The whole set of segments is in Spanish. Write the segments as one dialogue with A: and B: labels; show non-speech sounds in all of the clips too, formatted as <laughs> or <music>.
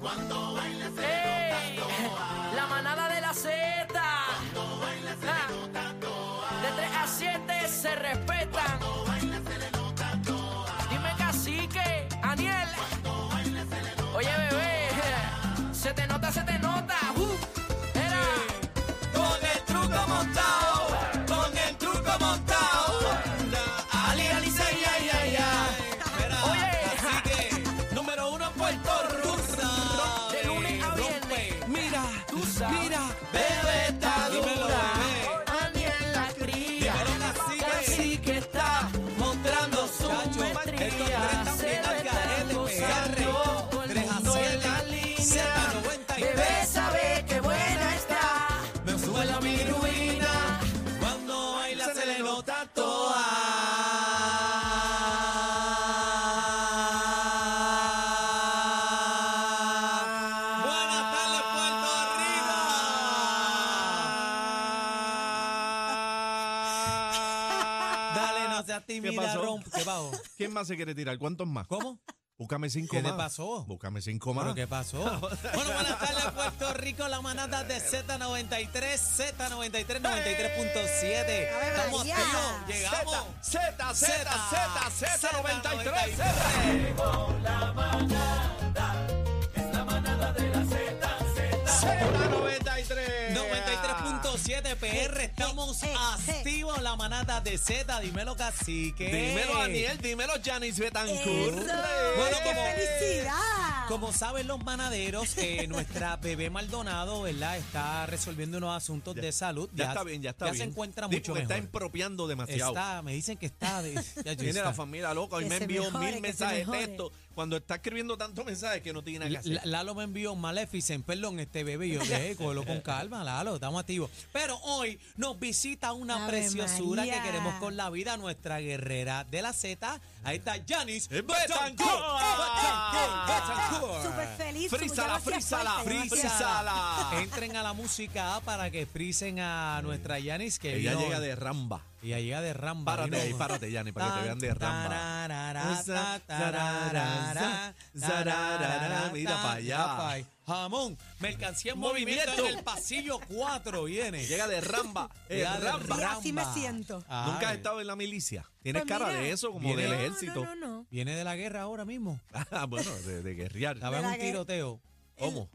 A: Cuando bailes se
B: ¡Ey!
A: nota toa.
B: La manada de la Z.
A: Cuando bailes se
B: Ah.
A: le nota toa.
B: De 3 a 7 se respetan.
A: Cuando bailes se le nota toa.
B: Dime cacique, Aniel.
A: Cuando bailes se le nota
B: Oye, bebé. Se te nota, se te nota. Uh, era.
C: Con el truco montado, con el truco montado. Ali, ali, say, ay, ay, ay. Mira,
B: Oye.
C: así que, número uno, Puerto Rusa.
B: De lunes a viernes.
C: Mira,
B: Tú sabes.
C: mira, bebé está
B: Dímelo,
C: dura.
B: bebé. Aniel la cría.
C: Dímelo, cacique.
B: Cacique está.
C: Mostrando su
B: Chacho,
C: maestría.
B: estos tres están
C: Se
B: bien
C: lo
B: al
C: están
B: garete,
C: gozando.
B: todo el
C: 3 a
B: mundo en
C: 7,
B: la línea.
C: Z93.
B: Bebé sabe que buena está.
C: Me sube la mi ruina cuando baila se le nota toa. Buenas tardes, Puerto Rico. Dale, no seas tímida,
D: pasó?
C: rompe. ¿Qué pasó?
D: ¿Quién más se quiere tirar? ¿Cuántos más?
C: ¿Cómo?
D: Búscame cinco
C: ¿Qué te
D: más.
C: pasó?
D: Búscame cinco más.
C: ¿Pero qué
D: <laughs>
C: pasó? bueno, buenas tardes, Puerto Rico, la manada de Z93, Z93, 93.7. Estamos
E: María.
C: activos, llegamos.
D: Z, Z, Z, Z,
C: Z93.
D: 93. Z93.
C: 93.7 PR, estamos
E: eh, eh.
C: activos la manada de Z, dímelo cacique.
D: Dímelo, Daniel. Dímelo, Janice Betancourt.
E: Eso.
C: Bueno,
E: ¡Qué
C: como-
E: felicidad! Eh,
C: Como saben los manaderos,
D: <laughs>
C: eh, nuestra bebé Maldonado, ¿verdad? Está resolviendo unos asuntos de salud.
D: Eh, Ya, está bien, ya está bien.
C: se encuentra
D: Digo,
C: mucho
D: me
C: mejor.
D: está impropiando demasiado.
C: Está, me dicen que está. De, ya yo
D: Tiene
C: está.
D: la familia loca. Hoy
E: Que
D: me
E: se
D: envió
E: mejore, que
D: mil
E: se
D: mensajes de
E: mejore.
D: texto. Cuando está escribiendo tantos mensajes que no tiene nada que
C: La-
D: hacer.
C: la- Lalo me envió Maleficent, perdón, este bebé. y Yo
D: <laughs>
C: le cógelo con calma, Lalo, estamos activos. Pero hoy nos visita una
E: Ave
C: preciosura
E: María.
C: que queremos con la vida, nuestra guerrera de la Z. Ahí está Janis
D: Betancourt.
E: eh,
D: Ah,
C: Betancourt.
E: Súper feliz.
D: Frízala, frízala,
C: Frízala.
D: frízala.
C: Entren a la música para que frisen a nuestra Janis que
D: Ella
C: vino-
D: llega de ramba.
C: Ella llega de ramba.
D: Párate
C: vino-
D: ahí, párate, Yanni, para que te vean de ramba.
C: Tararara,
D: Esa,
C: tararara,
D: zararara, mira
C: tararara,
D: pa' allá.
C: pa' ahí. Jamón, mercancía en
D: Movimiento.
C: movimiento en el pasillo 4 viene.
D: Llega de ramba. <laughs> eh,
C: Llega de
D: ramba.
E: Y así me
C: ramba.
E: siento.
C: Ay,
D: Nunca has estado en la milicia. Tienes
E: Pues
D: cara
E: mira.
D: de eso, como
C: Viene-
D: del
C: No,
D: ejército.
E: No, no, no.
C: Viene de la guerra ahora mismo.
D: <laughs> Ah, bueno, de, de guerrear.
C: Estaba en
E: la
C: un
E: guerra.
C: tiroteo.
D: ¿Cómo?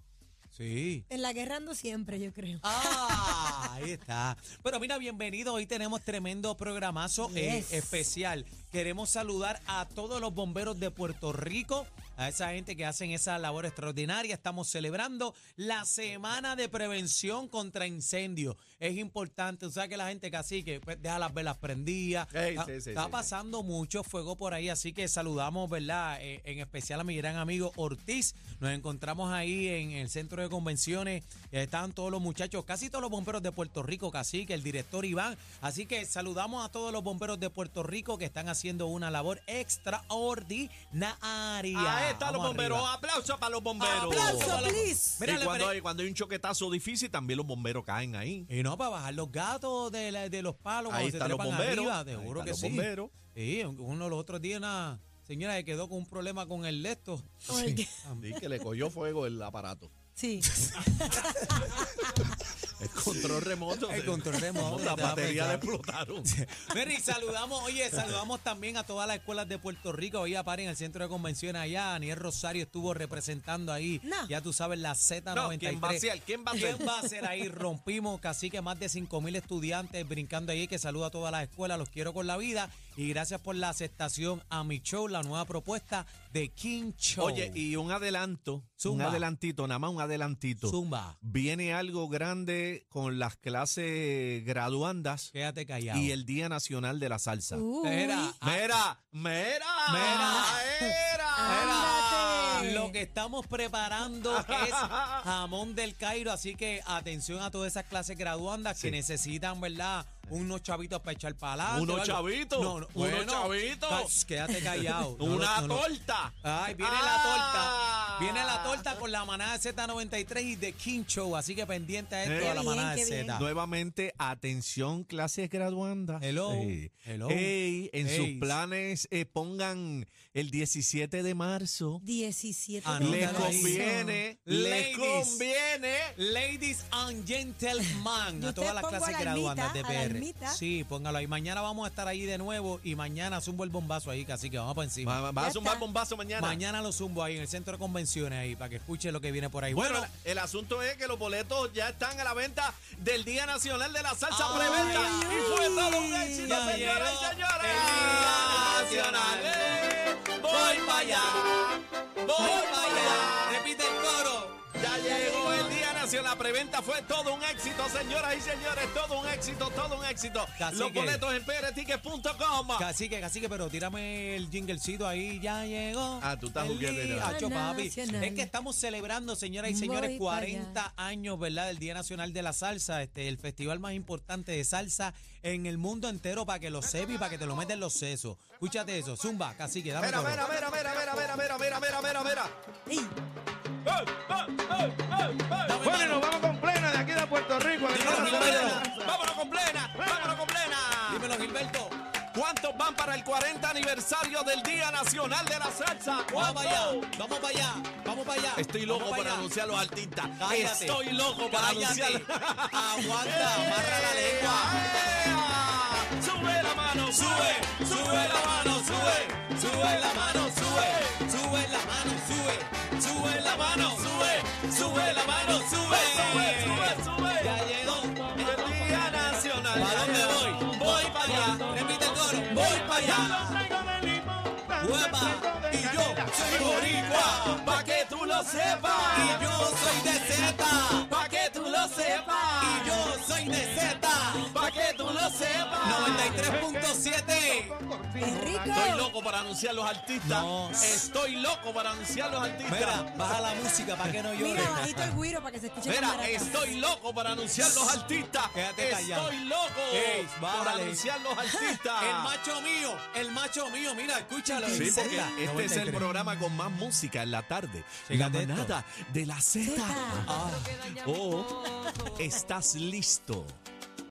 C: Sí.
E: En la guerra ando siempre, yo creo.
C: Ah, ahí está. Pero mira, bienvenido. Hoy tenemos tremendo programazo eh,
E: Yes.
C: especial. Queremos saludar a todos los bomberos de Puerto Rico, a esa gente que hacen esa labor extraordinaria. Estamos celebrando la Semana de Prevención contra Incendios. Es importante, o sea que la gente casi que pues, deja las velas prendidas.
D: Ey,
C: está
D: sí, sí,
C: está
D: sí, sí.
C: pasando mucho fuego por ahí, así que saludamos, ¿verdad? Eh, en especial a mi gran amigo Ortiz. Nos encontramos ahí en el centro de convenciones. Eh, Estaban todos los muchachos, casi todos los bomberos de Puerto Rico, casi que el director Iván. Así que saludamos a todos los bomberos de Puerto Rico que están haciendo una labor extraordinaria.
D: Ahí están los
C: Vamos
D: bomberos.
C: arriba.
D: Aplausos para los bomberos.
E: ¡Aplauso, please!
C: Mira,
D: y
C: le
D: cuando
C: pre-
D: hay, cuando hay un choquetazo difícil, también los bomberos caen ahí.
C: Y no, para bajar los gatos de, la- de los palos. cuando
D: Ahí
C: se
D: están los
C: trepan
D: bomberos,
C: arriba, te
D: ahí
C: juro
D: están
C: que
D: los
C: sí.
D: bomberos.
C: Sí, uno de los otros días una señora que quedó con un problema con el lecto.
E: Ay, qué-
D: Sí, que le cogió fuego el aparato. <laughs>
E: Sí.
D: El control remoto.
C: El control remoto,
D: Las
C: te va a
D: baterías le
C: pegar.
D: <laughs> explotaron.
C: Mira, y saludamos, oye, saludamos también a todas las escuelas de Puerto Rico. Hoy aparen en el centro de convenciones allá. Aniel Rosario estuvo representando ahí.
E: No.
C: Ya tú sabes, la Z93.
D: No, ¿quién va a ser? ¿Quién va a ser?
C: ¿Quién va a ser ahí? Rompimos casi que más de 5 mil estudiantes brincando ahí. Que saluda a todas las escuelas. Los quiero con la vida. Y gracias por la aceptación a mi show, la nueva propuesta de King Show.
D: Oye, y un adelanto.
C: Zumba.
D: Un adelantito, nada más un adelantito.
C: Zumba,
D: Viene algo grande con las clases graduandas
C: quédate callado.
D: y el Día Nacional de la Salsa.
C: Uh.
E: Uy.
C: Era-
D: Mera, mera,
C: Mira.
D: mera,
E: Ándate.
C: Lo que estamos preparando
D: <laughs>
C: es jamón del Cairo, así que atención a todas esas clases graduandas
D: Sí.
C: que necesitan, ¿verdad? Unos chavitos para echar palante.
D: Unos
C: o algo.
D: chavitos,
C: No, no,
D: unos
C: bueno,
D: chavitos. <laughs>
C: cas- Quédate callado. No,
D: Una
C: no, no.
D: torta.
C: Ay, viene la
D: Ah.
C: torta. Viene la torta con la manada de Z93 y The King Show, así que pendiente a esto,
D: Eh.
C: a la
E: Qué
C: manada
E: bien,
C: de
E: qué bien.
C: Z.
D: Nuevamente, atención, clases graduandas.
C: Hello,
D: Sí.
C: hello.
D: Ey, en sus
C: Ey.
D: planes eh, pongan el 17 de marzo.
E: 17
C: Anótalo
D: Les
C: ahí.
D: Ah, conviene, les
C: Ladies.
D: conviene.
C: Ladies and gentlemen,
E: <laughs> Yo
C: a todas las
E: te pongo
C: clases
E: alarmita,
C: graduandas de PR.
E: alarmita.
C: Sí, póngalo ahí. Mañana vamos a estar ahí de nuevo y mañana zumbo el bombazo ahí, así que vamos para encima.
D: Va, va a
E: Ya
D: zumbar
E: está.
D: bombazo mañana.
C: Mañana lo zumbo ahí en el centro de convenciones ahí para que escuche lo que viene por ahí.
D: Bueno, el, el asunto es que los boletos ya están a la venta del Día Nacional de la Salsa
C: Ay,
D: Preventa.
E: ay,
D: Y fue todo un
E: ay.
D: éxito,
C: Ya
D: señoras
C: llegó
D: y señores.
C: el Día Nacional.
D: Eh, Voy para allá. Voy para allá.
C: repite el coro.
D: Ya llegó el Día Nacional. La preventa fue todo un éxito, señoras y señores. Todo un éxito, todo un éxito.
C: Cacique.
D: Los boletos en prtickets.com.
C: Cacique, cacique, pero tírame el jinglecito ahí, ya llegó.
D: Ah, tú estás
C: El
D: juguete,
C: día,
D: ¿no?
C: acho, papi.
E: Nacional.
C: Es que estamos celebrando, señoras y señores,
E: Voy pa'
C: 40 años, ¿verdad? Del Día Nacional de la Salsa, este, el festival más importante de salsa en el mundo entero para que lo sepas y para que te lo metas en los sesos. Escúchate eso, zumba, cacique, dame
D: Mira,
C: coro.
D: mira, mira, mira, mira, mira, mira, mira, mira, mira, mira.
E: Ey,
C: Dame
F: Bueno, y
C: mano.
F: nos vamos con plena de aquí de Puerto Rico. de aquí de
C: Dímelo,
F: Puerto
C: Gilberto.
F: Rico.
D: Vámonos con plena, vámonos con plena.
C: Dímelo, Gilberto.
D: ¿Cuántos van para el 40 aniversario del Día Nacional de la Salsa?
C: Vamos
D: ¡Vamos!
C: para allá, vamos para allá, vamos para allá.
D: Estoy loco
C: vamos pa'
D: para
C: allá.
D: anunciar a los artistas.
C: Cállate.
D: Estoy loco para
C: Cállate.
D: anunciar.
C: <laughs> Aguanta, amarra la lengua.
D: ¡Ea! Sube la mano, sube, sube la mano, sube, sube la mano, sube.
C: Sube la mano, sube, sube la mano, sube, sube la mano, sube.
D: Sube, sube, sube.
C: Ya llegó
D: El Día Nacional.
C: ¿Para dónde voy? Voy para allá. Repite el coro. Voy para allá. Hueva. Y yo soy boricua.
D: Pa' que tú lo sepas.
C: Y yo soy de Z.
D: Pa' que tú lo sepas.
C: Y yo soy de Z.
D: Pa' que tú lo sepas.
C: 93.7.
E: es
D: Estoy
E: rico.
D: loco para anunciar los artistas.
C: No.
D: Estoy loco para anunciar los artistas.
C: Mira, baja la música para que no llore.
E: Mira, bajito el guiro para que se escuche
D: Mira,
E: la maraca.
D: estoy loco para anunciar los artistas.
C: Quédate callado.
D: Estoy loco
C: Ey,
D: para
C: bájale.
D: anunciar los
C: <laughs>
D: artistas.
C: El macho mío, el macho mío, mira, escúchalo.
D: Sí,
C: Z,
D: porque este es
C: 93.
D: el programa con más música en la tarde.
C: Fíjate
D: la
C: esto.
D: manada de la Z.
E: Zeta.
D: Ah, oh, estás listo